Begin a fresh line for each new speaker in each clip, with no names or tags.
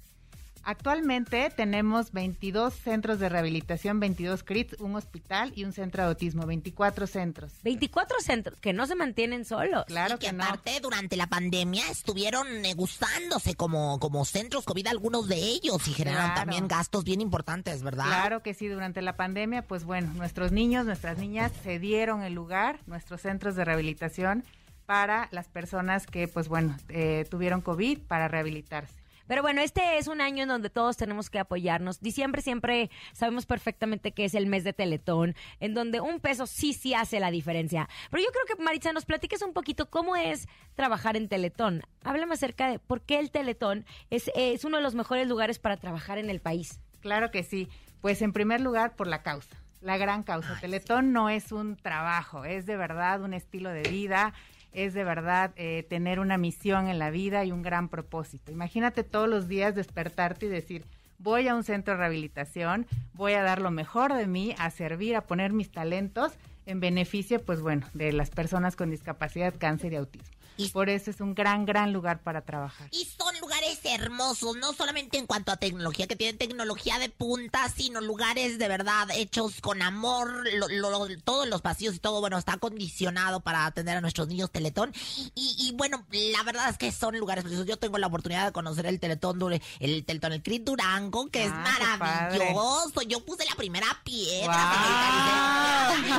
Actualmente tenemos 22 centros de rehabilitación, 22 CRITs, un hospital y un centro de autismo, 24 centros.
24 centros que no se mantienen solos.
Claro
que, aparte durante la pandemia estuvieron negusándose como, como centros COVID algunos de ellos y generaron
Claro.
también gastos bien importantes, ¿verdad?
Claro que sí, durante la pandemia, pues bueno, nuestros niños, nuestras niñas se dieron el lugar, nuestros centros de rehabilitación para las personas que, pues bueno, eh, tuvieron COVID para rehabilitarse.
Pero bueno, este es un año en donde todos tenemos que apoyarnos. Diciembre siempre sabemos perfectamente que es el mes de Teletón, en donde un peso sí, sí hace la diferencia. Pero yo creo que, Maritza, nos platiques un poquito cómo es trabajar en Teletón. Háblame acerca de por qué el Teletón es, eh, es uno de los mejores lugares para trabajar en el país.
Claro que sí. Pues en primer lugar, por la causa, la gran causa. Teletón no es un trabajo, es de verdad un estilo de vida, es de verdad eh, tener una misión en la vida y un gran propósito. Imagínate todos los días despertarte y decir, voy a un centro de rehabilitación, voy a dar lo mejor de mí, a servir, a poner mis talentos en beneficio, pues bueno, de las personas con discapacidad, cáncer y autismo. Por eso es un gran, gran lugar para trabajar.
Y son lugares hermosos, no solamente en cuanto a tecnología, que tienen tecnología de punta, sino lugares de verdad hechos con amor, lo- lo- lo- todos los pasillos y todo, bueno, está acondicionado para atender a nuestros niños Teletón. Y, y, bueno, la verdad es que son lugares preciosos. Yo tengo la oportunidad de conocer el Teletón, dure- el Teletón, el Crit Durango, que es
Ah, qué padre.
maravilloso. Yo puse la primera piedra.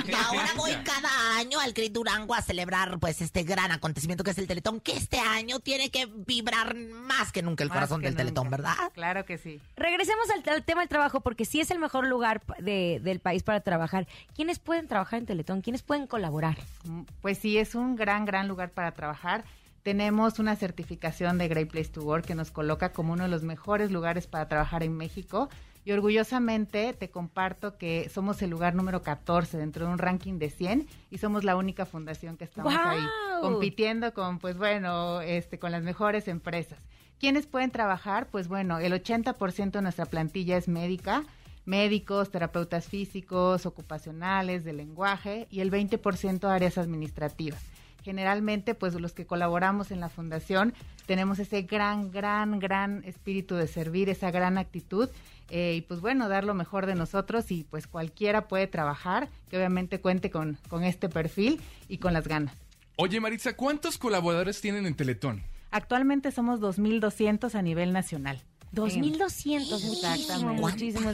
Y ahora voy cada año al Crit Durango a celebrar pues este gran acontecimiento que es el Teletón, que este año tiene que vibrar más que nunca el
Más
corazón
que
del Teletón,
nunca.
¿verdad?
Claro que sí.
Regresemos al, al tema del trabajo, porque sí es el mejor lugar p- de- del país para trabajar. ¿Quiénes pueden trabajar en Teletón? ¿Quiénes pueden colaborar?
Mm, Pues sí, es un gran, gran lugar para trabajar. Tenemos una certificación de Great Place to Work que nos coloca como uno de los mejores lugares para trabajar en México. Y orgullosamente te comparto que somos el lugar número 14 dentro de un ranking de 100 y somos la única fundación que estamos
¡Guau!
ahí compitiendo con, pues bueno, este, con las mejores empresas. ¿Quiénes pueden trabajar? Pues bueno, el 80% de nuestra plantilla es médica, médicos, terapeutas físicos, ocupacionales, de lenguaje y el 20% áreas administrativas. Generalmente, pues los que colaboramos en la fundación tenemos ese gran, gran, gran espíritu de servir, esa gran actitud eh, y pues bueno, dar lo mejor de nosotros y pues cualquiera puede trabajar, que obviamente cuente con, con este perfil y con las ganas.
Oye, Maritza, ¿cuántos colaboradores tienen en Teletón?
Actualmente somos 2.200 a nivel nacional.
2.200, muchísimo,
Exactamente.
muchísimo.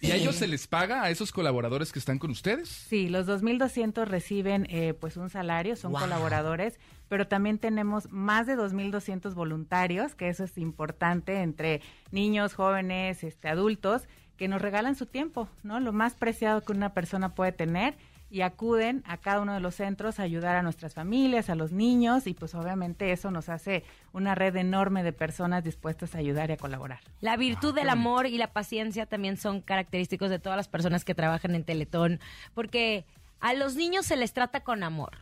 ¿Y a ellos se les paga a esos colaboradores que están con ustedes?
Sí, los 2.200 reciben eh, pues un salario, son
Guau.
colaboradores, pero también tenemos más de 2.200 voluntarios, que eso es importante entre niños, jóvenes, este, adultos, que nos regalan su tiempo, ¿no? Lo más preciado que una persona puede tener y acuden a cada uno de los centros a ayudar a nuestras familias, a los niños y pues obviamente eso nos hace una red enorme de personas dispuestas a ayudar y a colaborar.
La virtud del amor y la paciencia también son característicos de todas las personas que trabajan en Teletón, porque a los niños se les trata con amor,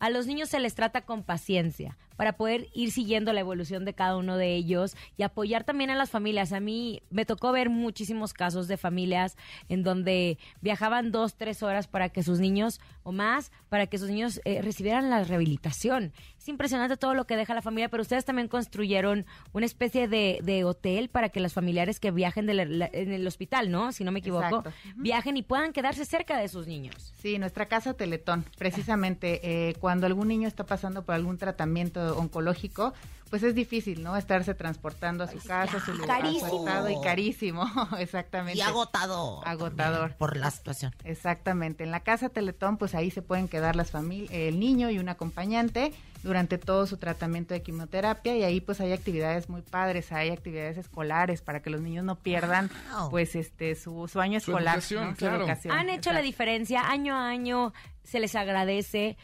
a los niños se les trata con paciencia, para poder ir siguiendo la evolución de cada uno de ellos y apoyar también a las familias. A mí me tocó ver muchísimos casos de familias en donde viajaban dos, tres horas para que sus niños, o más, para que sus niños eh, recibieran la rehabilitación. Es impresionante todo lo que deja la familia, pero ustedes también construyeron una especie de, de hotel para que los familiares que viajen de la- la- en el hospital, ¿no? Si no me equivoco,
Exacto. Ujú.
viajen y puedan quedarse cerca de sus niños.
Sí, nuestra casa Teletón, precisamente eh, cuando algún niño está pasando por algún tratamiento oncológico, pues es difícil, ¿no? Estarse transportando a su casa, a su lugar, a su
carísimo.
estado y carísimo, exactamente.
Y agotado.
Agotador.
Por la situación.
Exactamente. En la casa Teletón, pues ahí se pueden quedar las familias, el niño y un acompañante durante todo su tratamiento de quimioterapia y ahí pues hay actividades muy padres, hay actividades escolares para que los niños no pierdan
Wow.
pues este su, su año
Su
escolar,
educación,
¿no? Su
claro.
educación.
Han hecho la
Exacto.
diferencia año a año, se les agradece.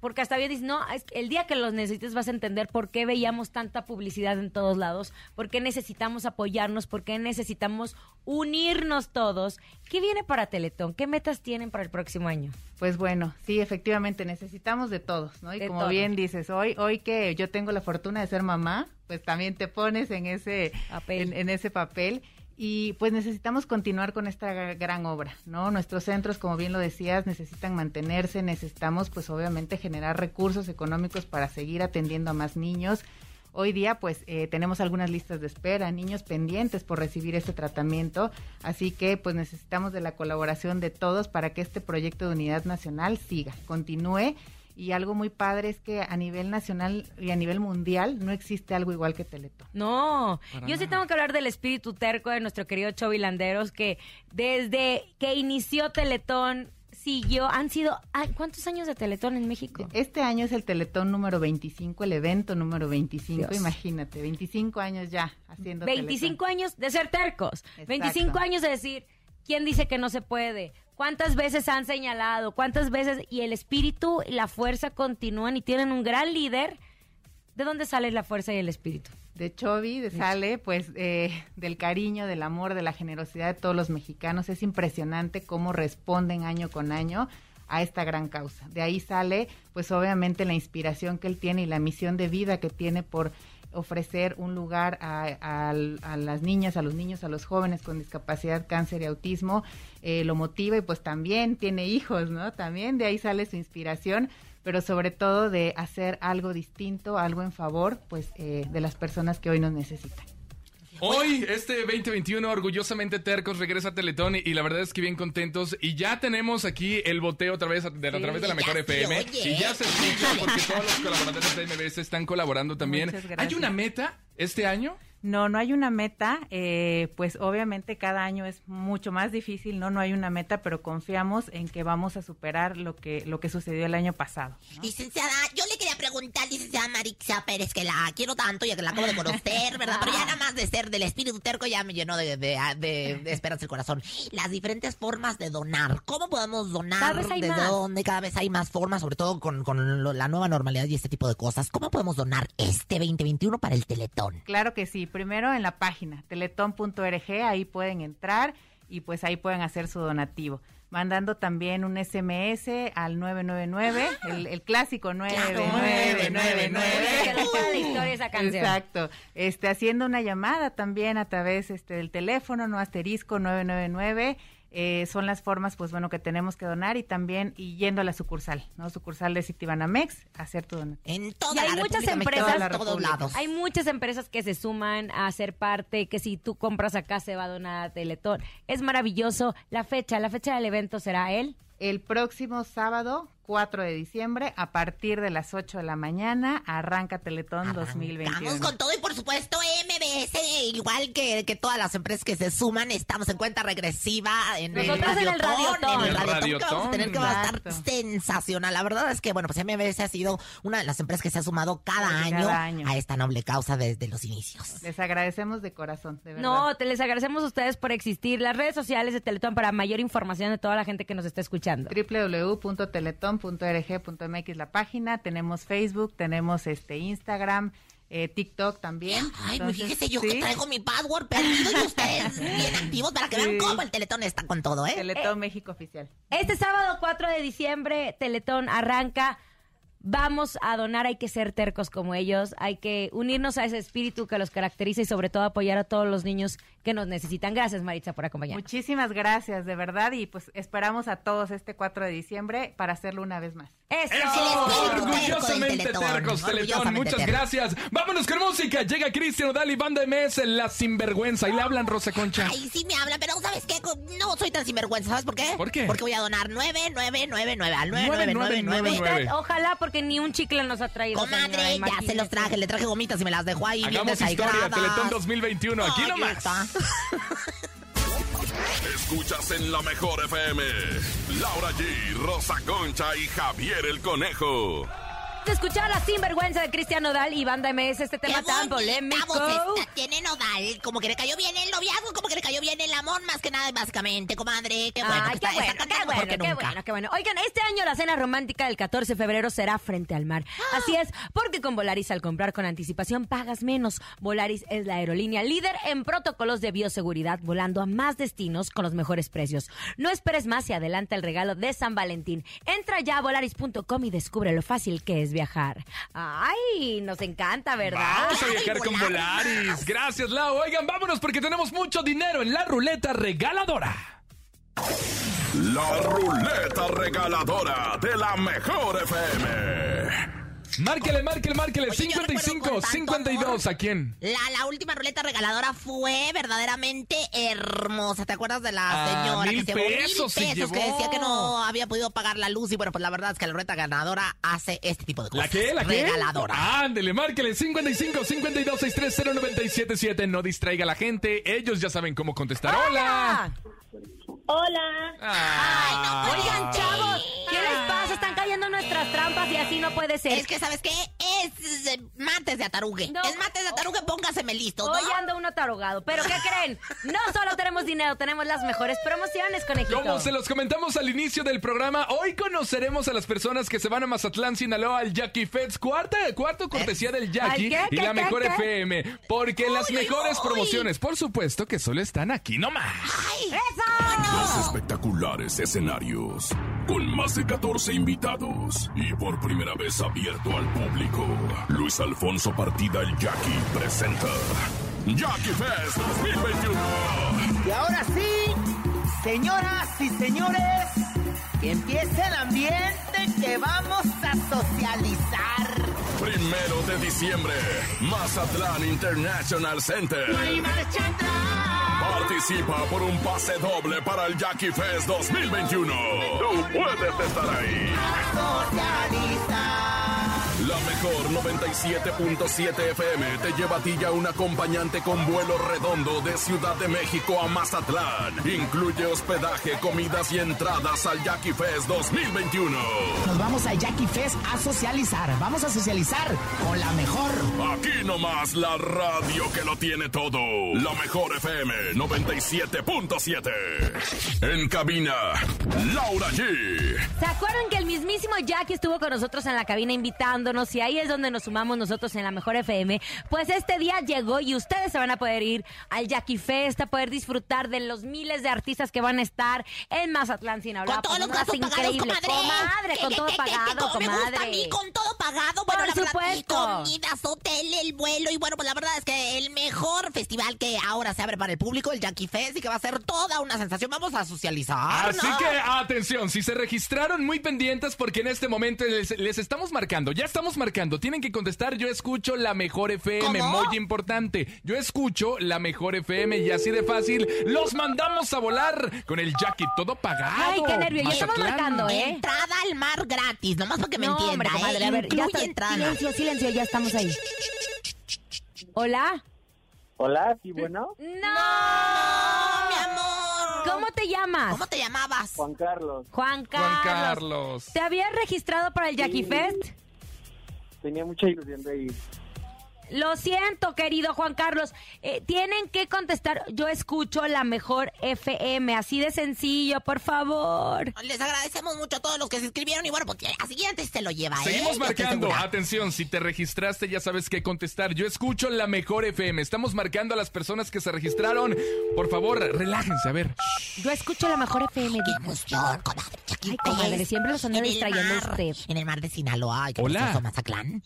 Porque hasta bien dices, no, es que el día que los necesites vas a entender por qué veíamos tanta publicidad en todos lados, por qué necesitamos apoyarnos, por qué necesitamos unirnos todos. ¿Qué viene para Teletón? ¿Qué metas tienen para el próximo año?
Pues bueno, sí, efectivamente, necesitamos de todos, ¿no? Y
De
como
todos.
bien dices, hoy, hoy que yo tengo la fortuna de ser mamá, pues también te pones en ese
Papel.
En, en ese papel. Y pues necesitamos continuar con esta gra- gran obra, ¿no? Nuestros centros, como bien lo decías, necesitan mantenerse, necesitamos pues obviamente generar recursos económicos para seguir atendiendo a más niños. Hoy día, pues, eh, tenemos algunas listas de espera, niños pendientes por recibir este tratamiento, así que, pues, necesitamos de la colaboración de todos para que este proyecto de unidad nacional siga, continúe. Y algo muy padre es que a nivel nacional y a nivel mundial no existe algo igual que Teletón.
No,
Para
yo sí tengo que hablar del espíritu terco de nuestro querido Chovy Landeros, que desde que inició Teletón siguió, han sido, ah, ¿cuántos años de Teletón en México?
Este año es el Teletón número 25, el evento número 25,
Dios.
imagínate, 25 años ya haciendo
25 años de ser tercos,
Exacto.
25 años de decir, ¿quién dice que no se puede? ¿Cuántas veces han señalado? ¿Cuántas veces? Y el espíritu y la fuerza continúan y tienen un gran líder. ¿De dónde sale la fuerza y el espíritu?
de Chovy de sale pues eh, del cariño, del amor, de la generosidad de todos los mexicanos. Es impresionante cómo responden año con año a esta gran causa. De ahí sale pues obviamente la inspiración que él tiene y la misión de vida que tiene por ofrecer un lugar a, a- a las niñas, a los niños, a los jóvenes con discapacidad, cáncer y autismo, eh, lo motiva y pues también tiene hijos, ¿no? También de ahí sale su inspiración, pero sobre todo de hacer algo distinto, algo en favor, pues, eh, de las personas que hoy nos necesitan.
Hoy, este 2021, orgullosamente tercos, regresa a Teletón y, y la verdad es que bien contentos. Y ya tenemos aquí el boteo a través de, a través de la
Sí, ya
mejor
se
FM.
oye. ¿eh?
Y ya se escucha porque todos los colaboradores de MBS están colaborando también.
Muchas gracias.
¿Hay una meta este año?
No, no hay una meta, eh, pues obviamente cada año es mucho más difícil, no, no hay una meta, pero confiamos en que vamos a superar lo que lo que sucedió el año pasado.
Licenciada, yo le quería preguntar, licenciada Marixa Pérez, que la quiero tanto, ya que la acabo de conocer, ¿verdad? Pero ya nada más de ser del espíritu terco ya me llenó de, de, ah, de- de esperanza el corazón. Las diferentes formas de donar. ¿Cómo podemos donar?
Cada vez hay
¿Desde
más.
dónde? Cada vez hay más formas, sobre todo con, con lo- la nueva normalidad y este tipo de cosas. ¿Cómo podemos donar este 2021 para el Teletón?
Claro que sí, primero en la página teletón.org, ahí pueden entrar y pues ahí pueden hacer su donativo. Mandando también un SMS al 999, el, el clásico 999.
Que no fuera de historia esa canción.
Exacto. Este, haciendo una llamada también a través este, del teléfono, no asterisco 999. eh, son las formas, pues bueno, que tenemos que donar y también y yendo a la sucursal, ¿no? Sucursal de Citibanamex, hacer tu donativo.
En
Y hay muchas empresas, hay muchas empresas que se suman a ser parte, que si tú compras acá se va a donar a Teletón. Es maravilloso. La fecha, la fecha del evento será él.
El próximo sábado, 4 de diciembre, a partir de las 8 de la mañana, arranca Teletón 2021.
Vamos con todo y por supuesto MBS, igual que, que todas las empresas que se suman, estamos en cuenta regresiva en el
Nosotras en el
radiotón, en
Radiotón.
el radiotón, que vamos a tener que va a estar
Exacto.
sensacional. La verdad es que, bueno, pues MBS ha sido una de las empresas que se ha sumado cada,
Cada
año,
año.
a esta noble causa desde los inicios.
Les agradecemos de corazón, de verdad.
No, te les agradecemos a ustedes por existir. Las redes sociales de Teletón para mayor información de toda la gente que nos está escuchando.
www.teleton.org.mx la página, tenemos Facebook, tenemos este Instagram, eh, TikTok también.
Ay, pues
Entonces,
fíjese yo
sí,
que traigo mi password perdido y ustedes bien activos para que vean cómo el Teletón está con todo, ¿eh?
Teletón México Oficial.
Este sábado 4 de diciembre, Teletón arranca. Vamos a donar, hay que ser tercos como ellos, hay que unirnos a ese espíritu que los caracteriza y sobre todo apoyar a todos los niños que nos necesitan. Gracias Maritza por acompañarnos.
Muchísimas gracias, de verdad, y pues esperamos a todos este 4 de diciembre para hacerlo una vez más.
¡Eso!
Orgullosamente tercos, Teletón, muchas gracias. Vámonos con música. Llega Cristian Odal y Banda MS, La Sinvergüenza. Y le hablan Rosa Concha.
Ay, sí me hablan, pero ¿sabes qué? No soy tan sinvergüenza, ¿sabes por qué? ¿Por qué? Porque voy a donar 9999 al 9999.
Ojalá porque ni un chicle nos ha traído. señora,
Comadre, ya se
imagínese.
los traje, le traje gomitas y me las dejó ahí bien
Hagamos historia,
desairadas.
Teletón 2021. Aquí
Ay,
nomás.
está.
Escuchas en la mejor FM. Laura G, Rosa Concha y Javier el Conejo.
De escuchar la sinvergüenza de Cristian Nodal y Banda MS, este tema tan polémico.
Voz esta Tiene nodal, como que le cayó bien el noviazgo, como que le cayó bien el amor, más que nada, básicamente, comadre. Qué bueno,
Ay,
que está-
qué bueno,
está
qué
cantando
bueno,
mejor que
qué
nunca.
bueno, qué bueno. Oigan, este año la cena romántica del 14 de febrero será frente al mar.
¡Ah!
Así es, porque con Volaris al comprar con anticipación pagas menos. Volaris es la aerolínea líder en protocolos de bioseguridad, volando a más destinos con los mejores precios. No esperes más y adelanta el regalo de San Valentín. Entra ya a volaris.com y descubre lo fácil que es viajar. Ay, nos encanta, ¿verdad?
Vamos a viajar con Volaris. Gracias, Lau. Oigan, vámonos porque tenemos mucho dinero en la ruleta regaladora.
La ruleta regaladora de la mejor FM.
Márquele, márquele, márquele. 55, 52. ¿A quién?
La, la última ruleta regaladora fue verdaderamente hermosa. ¿Te acuerdas de la
Ah,
señora
mil
que se llevó
pesos se
mil pesos que
llevó.
decía que no había podido pagar la luz? Y bueno, pues la verdad es que la ruleta ganadora hace este tipo de
¿La
cosas.
qué? ¿La qué? Ah.
Regaladora.
Ándele, márquele. 55, 52, 630 977. No distraiga a la gente. Ellos ya saben cómo contestar. ¡Hola! Ah.
Hola.
Ay,
pues,
Oigan, chavos, ¿qué les pasa? Están cayendo en nuestras trampas y así no puede ser.
Es que, ¿sabes qué? Es eh, mates de atarugue. Es mates de atarugue, póngaseme listo. ¿no?
Hoy anda uno tarogado. ¿Pero qué creen? No solo tenemos dinero, tenemos las mejores promociones, conejito.
Como se los comentamos al inicio del programa, hoy conoceremos a las personas que se van a Mazatlán, Sinaloa, al Jackie Feds. Cuarta, cuarto cortesía del Jackie
¿Eh? ¿Al qué,
y
qué,
la
qué,
mejor
qué?
FM. Porque las
Uy,
mejores
uy.
promociones, por supuesto, que solo están aquí nomás.
Más espectaculares escenarios, con más de 14 invitados y por primera vez abierto al público. Luis Alfonso Partida el Jackie presenta Jackie Fest 2021.
Y ahora sí, señoras y señores, que empiece el ambiente que vamos a socializar.
Primero de diciembre, Mazatlán International Center.
No hay marcha atrás.
Participa por un pase doble para el Jackie Fest 2021. Tú puedes estar ahí. La mejor 97.7 FM te lleva a ti ya un acompañante con vuelo redondo de Ciudad de México a Mazatlán. Incluye hospedaje, comidas y entradas al Jackie Fest 2021.
Nos vamos a Jackie Fest a socializar. Vamos a socializar con la mejor.
Aquí nomás la radio que lo tiene todo. La mejor FM 97.7. En cabina, Laura G.
¿Se acuerdan que el mismísimo Jackie estuvo con nosotros en la cabina invitándonos y ahí es donde nos sumamos nosotros en la mejor FM? Pues este día llegó y ustedes se van a poder ir al Jackie Fest a poder disfrutar de los miles de artistas que van a estar en Mazatlán, Sinaloa.
Con todos los
pasándolas
gastos pagados,
increíble,
comadre.
comadre,
Que-
con
que-
todo
que- que- que
pagado,
como me gusta a
comadre.
mí, con todo pagado. Bueno,
Por
la verdad, y
supuesto.
comidas, hotel, el vuelo. Y bueno, pues la verdad es que el mejor festival que ahora se abre para el público, el Yankee Fest, y que va a ser toda una sensación. Vamos a
Ah,
socializar.
Así
¿no?
¿Eh?
que atención, si se registraron muy pendientes porque en este momento les, les estamos marcando, ya estamos marcando, tienen que contestar, yo escucho la mejor FM, muy importante, yo escucho la mejor FM y así de fácil, los mandamos a volar con el jacket todo pagado.
Ay, qué nervio, ya estamos
Mazatlán.
marcando, ¿eh?
Entrada al mar gratis, nomás para que me
No,
entienda.
hombre, comadre,
¿eh?
a ver, ya
Incluye
está-
entrada.
Silencio, silencio, ya estamos ahí. Hola.
Hola, ¿sí bueno?
No, mi
amor.
¿Cómo te llamas?
¿Cómo te llamabas?
Juan Carlos,
Juan Carlos.
Juan Carlos.
¿Te habías registrado para el Jackie Fest?
tenía mucha ilusión de ir.
Lo siento, querido Juan Carlos. Eh, tienen que contestar. Yo escucho la mejor FM. Así de sencillo, por favor.
Les agradecemos mucho a todos los que se inscribieron y bueno, pues a siguiente se lo lleva, ¿eh?
Seguimos
Yo estoy
marcando.
segura.
Atención, si te registraste ya sabes qué contestar. Yo escucho la mejor FM. Estamos marcando a las personas que se registraron. Por favor, relájense, a ver.
Yo escucho la mejor FM.
emoción, pues comadre.
Ay, comadre, siempre los ando
En el
distrayendo a
mar,
usted.
En el mar de Sinaloa. Ay, qué
Hola.
precioso, Mazatlán.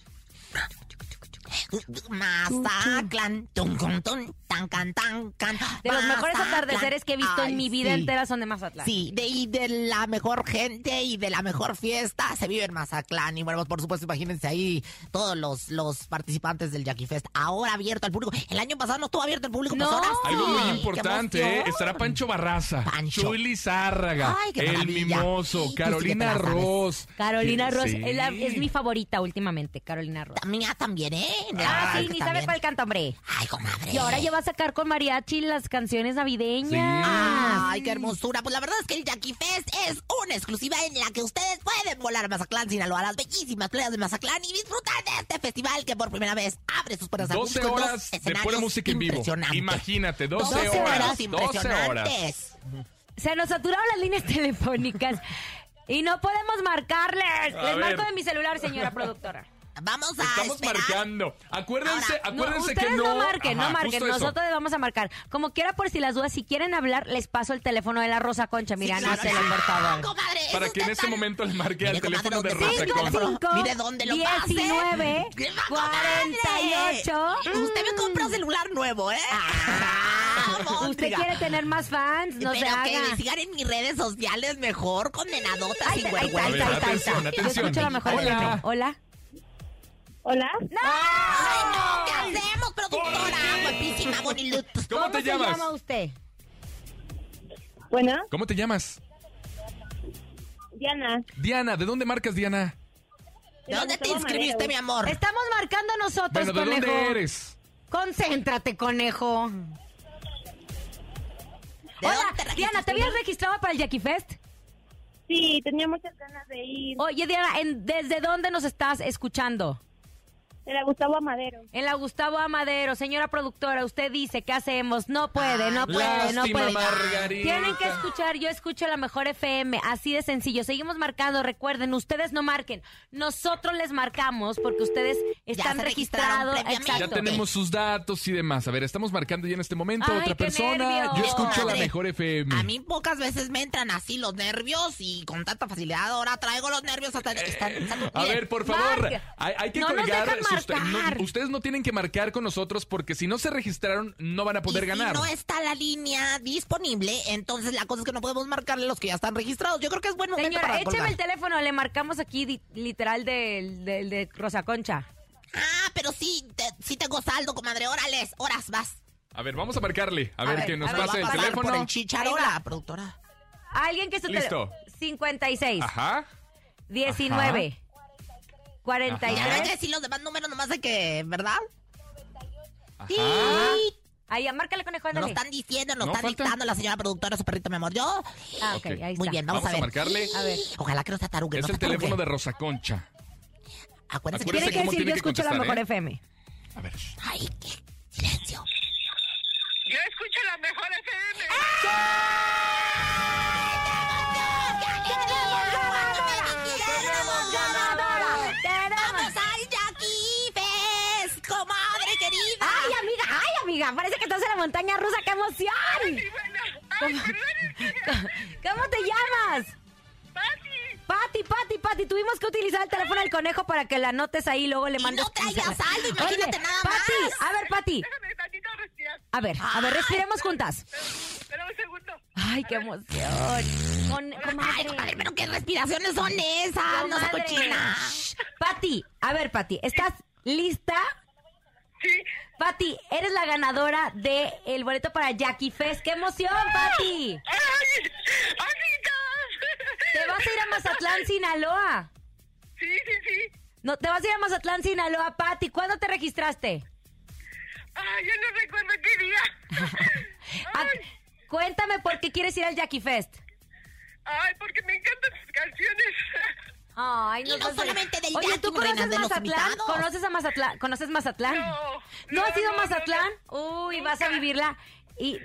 Mazatlán. Tun, tun, tun, tan, can, tan, can.
De los mejores
Mazatlán.
atardeceres que he visto
Ay,
en mi vida
sí.
entera son de Mazatlán.
Sí, de, y de la mejor gente y de la mejor fiesta se vive en Mazatlán. Y bueno, por supuesto, imagínense ahí todos los, los participantes del Jackie Fest ahora abierto al público. El año pasado no estuvo abierto al público, pues
No.
ahora sí.
Algo
¡Qué
muy importante, ¿eh?
emoción!
estará Pancho Barraza, Chuy Lizárraga,
Ay, qué
El
maravilla.
Mimoso,
Sí, tú sí que
Carolina
te la sabes.
Ross.
Carolina
Sí,
Ross
sí.
es, la- es mi favorita últimamente, Carolina Ross.
Mía también, ¿eh?
Ah,
Ay,
sí, ni
también.
sabe cuál canta, hombre.
Ay, comadre.
Y
Eh.
ahora ya va a sacar con mariachi las canciones navideñas. Ah,
Ay, qué hermosura. Pues la verdad es que el Jackie Fest es una exclusiva en la que ustedes pueden volar a Mazatlán, Sinaloa, a las bellísimas playas de Mazatlán y disfrutar de este festival que por primera vez abre sus puertas al
12
público en dos
horas de
escenarios
pura música en vivo.
impresionantes.
Imagínate, 12,
12
horas.
horas
12 horas.
impresionantes.
Se nos saturaron las líneas telefónicas y no podemos marcarles.
A
Les
ver.
marco de mi celular, señora productora.
Vamos a
Estamos
esperar.
marcando. Acuérdense,
No,
acuérdense
ustedes
que no.
no marquen,
Ajá,
no marquen.
justo eso.
Nosotros les vamos a marcar. Como quiera, por si las dudas, si quieren hablar, les paso el teléfono de la Rosa Concha. Mira,
claro,
anótelo,
no,
por favor.
Comadre, eso
Para que en
está
este
tan-
momento le marque al
Mire, comadre,
teléfono de
¿dónde
Rosa
está el
Concha.
teléfono?
Concha.
Mire dónde lo
19,
pase. ¿Qué va, comadre?
48.
Usted me compra celular nuevo, ¿eh? Ah,
¿Usted quiere tener más fans? No se
Pero
haga.
que me sigan en mis redes sociales mejor, condenadota,
Ahí
sin
está, ahí está,
vergüenza.
ahí está, ahí está.
Atención,
Yo escucho la
atención.
mejor
Hola.
FM. Hola.
Hola.
¡No!
¡Ay, no! ¿Qué hacemos, productora? Guapísima, Boniluz.
¿Cómo, te llamas?
llama usted?
Bueno,
¿Cómo te llamas?
Diana.
Diana, ¿de dónde marcas, Diana?
¿De dónde te inscribiste, mi amor?
Estamos marcando nosotros,
Bueno, ¿de
conejo.
dónde eres?
Concéntrate, conejo.
¿De
Hola,
dónde
Diana, ¿te
te registraste?
habías registrado para el Jackie Fest?
Sí, tenía muchas ganas de ir.
Oye, Diana, ¿en- ¿desde dónde nos estás escuchando?
Era Gustavo Amadero.
En la Gustavo Amadero, señora productora, usted dice, ¿qué hacemos? No puede, no puede, no
Lástima,
puede.
Margarita.
Tienen que escuchar, yo escucho la mejor FM, así de sencillo. Seguimos marcando, recuerden, ustedes no marquen. Nosotros les marcamos porque ustedes están
se registraron
registrados.
previamente.
Ya
Exacto.
tenemos sus datos y demás. A ver, estamos marcando ya en este momento
Ay,
otra
qué
persona.
nervios.
Yo escucho la
Madre.
mejor FM.
A mí pocas veces me entran así los nervios y con tanta facilidad ahora traigo los nervios hasta... están- están-
Eh, A
miren,
ver, por favor,
Marca.
hay, hay que
No nos
colgar.
dejan
sus- no,
marcar.
ustedes no tienen que marcar con nosotros porque si no se registraron, no van a poder
y
ganar.
Si no está la línea disponible, entonces la cosa es que no podemos marcarle los que ya están registrados. Yo creo que es buen momento
Señora,
para
écheme
colgar.
el teléfono, le marcamos aquí di- literal del del- de Rosa Concha.
Ah, pero sí, te- sí tengo saldo, comadre. Órales, horas, vas.
A ver, vamos a marcarle. A, ver,
ver,
que nos
a ver,
pase
va
el
a pasar
teléfono.
Por el chicharola, productora.
Alguien que su tele-
Listo.
56
Ajá.
19
Ya no hay
¿Eh?
que
43
decir los demás números nomás de que, ¿verdad?
Ajá.
Sí.
Ahí, Ah, márcale conejo,
Nos
ándale.
están diciendo, nos
No,
están
falta.
dictando la señora productora, su perrito me mordió.
Ah, ok,
Ok.
ahí está.
Muy bien, vamos,
Vamos a
ver.
marcarle.
A ver.
Ojalá que no se atarugue.
Es
no
el
se atarugue.
teléfono de Rosa Concha.
Acuérdense que
Acuérdese
Tiene que
cómo
decir,
tiene
yo
que
escucho la
contestar,
mejor
¿eh?
FM.
A ver.
Ay, qué silencio.
Yo escucho la mejor FM.
¡Tenemos
ganadora!
¡Vamos al Jackie Fest, comadre querida!
¡Ay, amiga! ¡Ay, amiga! Parece que estás en la montaña rusa. ¡Qué emoción! ¿Cómo, cómo te llamas? Pati, Pati, Pati, tuvimos que utilizar el teléfono del conejo para que la anotes ahí y luego le
Y
mandes.
no traía saldo, imagínate
Oye,
nada
Pati,
más.
a ver, Pati. A ver, a ver, respiremos juntas.
Espera un segundo.
Ay, qué emoción. Con,
Ay,
comadre.
comadre, pero qué respiraciones son esas, no se
Comadre.
cochina.
Shh. Pati, a ver, Pati, ¿estás lista?
Sí.
Pati, eres la ganadora del el boleto para Jackie Fest. ¡Qué emoción, Pati!
¡Ay! ¡Amiguitos!
Te vas a ir a Mazatlán, Sinaloa.
Sí, sí, sí.
No, te vas a ir a Mazatlán, Sinaloa, Pati. ¿Cuándo te registraste?
Ay, yo no recuerdo qué día.
Ah, cuéntame por qué quieres ir al Jackie Fest.
Ay, porque me encantan sus canciones.
Ay,
Y no
seas-
solamente del
Oye,
Jackie,
¿tú conoces
reina, de los
Mazatlán?
invitados.
¿Conoces a Mazatlán? ¿Conoces Mazatlán?
No,
¿No
no,
has ido a
no, no,
Mazatlán? Uy, vas a vivirla. Y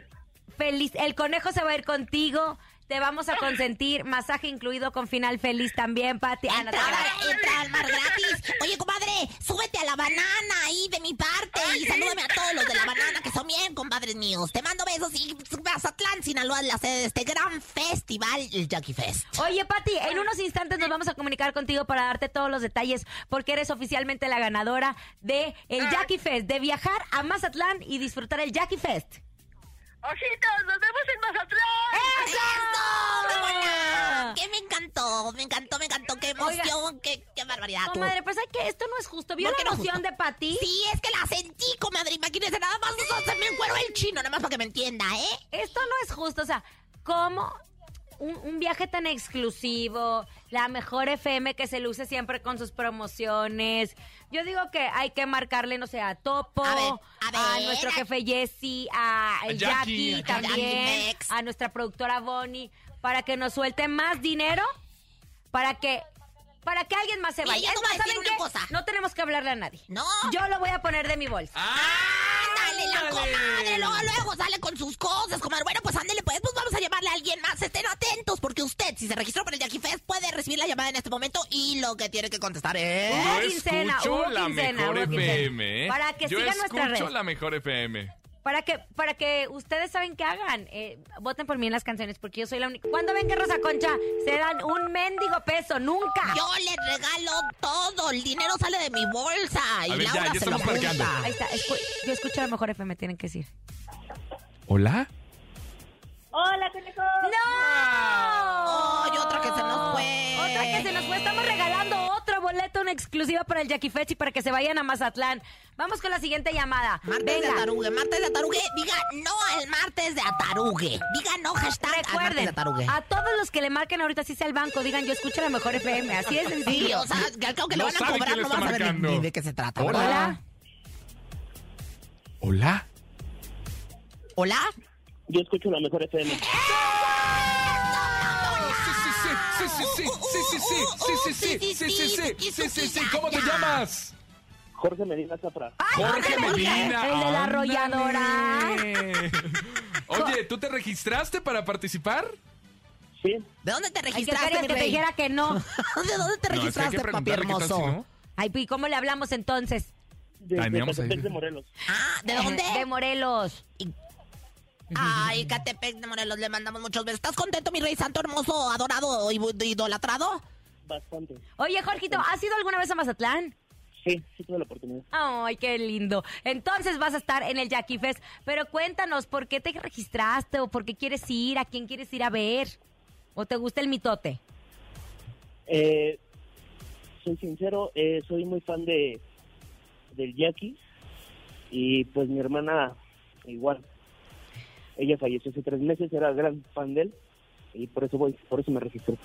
feliz. El conejo se va a ir contigo. Te vamos a consentir. Masaje incluido con final feliz también, Pati. Ah, no te
Entrada,
creas.
entra al mar gratis. Oye, comadre, súbete a la banana ahí de mi parte y salúdame a todos los de la banana que son bien, compadres míos. Te mando besos y Mazatlán, Sinaloa es la sede de este gran festival, el Jackie Fest.
Oye, Pati, en unos instantes nos vamos a comunicar contigo para darte todos los detalles, porque eres oficialmente la ganadora de
Ah.
el Jackie Fest, de viajar a Mazatlán y disfrutar el Jackie Fest.
Ojitos, nos vemos en Mazatlán.
¡Eso! ¡Qué buena! ¡Que me encantó! Me encantó, me encantó. ¡Qué emoción! ¡Qué, qué barbaridad!
Comadre, pues hay que esto no es justo. ¿Vio la
¿Por qué no es
emoción
justo?
de Pati?
Sí, es que la sentí, comadre. Imagínense, nada más o sea, se me encueró el chino, nada más para que me entienda, ¿eh?
Esto no es justo, o sea, ¿cómo un, un viaje tan exclusivo, la mejor FM que se luce siempre con sus promociones? Yo digo que hay que marcarle, no sé, a Topo,
A
a,
ver, a ver,
nuestro
a-
jefe Jesse, a el
Jackie,
Jackie,
a Jackie
también,
Mex.
a nuestra productora Bonnie, para que nos suelte más dinero, para que... Para que alguien más se
Mira,
vaya.
yo te voy a
Es más,
decir
¿saben
una
qué?
cosa.
No tenemos que hablarle a nadie.
No.
Yo lo voy a poner de mi bolsa.
¡Ándale, la comadre! Luego, luego sale con sus cosas, comadre. Bueno, pues ándale, pues, pues vamos a llamarle a alguien más. Estén atentos, porque usted, si se registró para el Jackie Fest, puede recibir la llamada en este momento y lo que tiene que contestar es...
Hubo
Yo
quincena,
escucho
hubo
la
quincena,
mejor
hubo quincena.
FM. ¿eh?
Para que
Yo
sigan nuestras
escucho
redes.
la mejor FM.
Para que, para que ustedes saben qué hagan. Eh, voten por mí en las canciones, porque yo soy la única. Cuando ven que Rosa Concha se dan un mendigo peso, nunca.
Yo le regalo todo, el dinero sale de mi bolsa. Y
ver, ya,
Laura
ya
se lo
estamos marcando.
junta.
Ahí está, escu- yo escucho la mejor FM, tienen que decir.
¿Hola?
Hola, conejo.
¡No!
¡Ay, otra que se nos fue!
Otra que se nos fue, estamos regalando otro boleto en exclusiva para el Jackie Fest y para que se vayan a Mazatlán. Vamos con la siguiente llamada.
Martes de Atarugue, martes de Atarugue. Diga no al martes de Atarugue. Diga no hashtag al martes de
Recuerden,
Atarugue.
a todos los que le marquen ahorita sí sea el banco, digan yo escucho la mejor FM. Así es sencillo.
Sí, o sea, que al cabo que le No van a sabe cobrar,
este
quién le no está vas a ver ni- marcando. ni de qué se trata,
Hola.
¿verdad?
Hola.
¿Hola?
Yo escucho la mejor FM.
Sí, sí, sí, sí, sí, sí, sí, sí, sí, sí, sí, sí, sí, sí, sí, sí, ¿cómo te llamas?
Jorge Medina Zapra.
Jorge Medina.
El de la
ándale.
arrolladora.
Oye, ¿tú te registraste para participar?
Sí.
¿De dónde te
Ay, que
registraste,
Karen
este, mi
te
rey?
dijera que no.
¿De dónde te
No, es que hay que
registraste, papi
preguntarle qué tal
hermoso?
si no.
Ay, ¿y cómo le hablamos entonces?
De,
Ay, miramos ahí.
Zacatepec de Morelos.
Ah, ¿de dónde?
Eh, De Morelos.
Ay, Catepec de Morelos, le mandamos muchos besos. ¿Estás contento, mi rey santo hermoso, adorado y bu- idolatrado?
Bastante.
Oye, Jorgito, ¿has ido alguna vez a Mazatlán?
Sí, sí tuve la oportunidad.
Ay, qué lindo. Entonces vas a estar en el Jackie Fest. Pero cuéntanos, ¿por qué te registraste o por qué quieres ir? ¿A quién quieres ir a ver? ¿O te gusta el mitote?
Eh, soy sincero, eh, soy muy fan de del Jackie y pues mi hermana igual. Ella falleció hace tres meses, era gran fan de él y por eso voy, por eso me registré.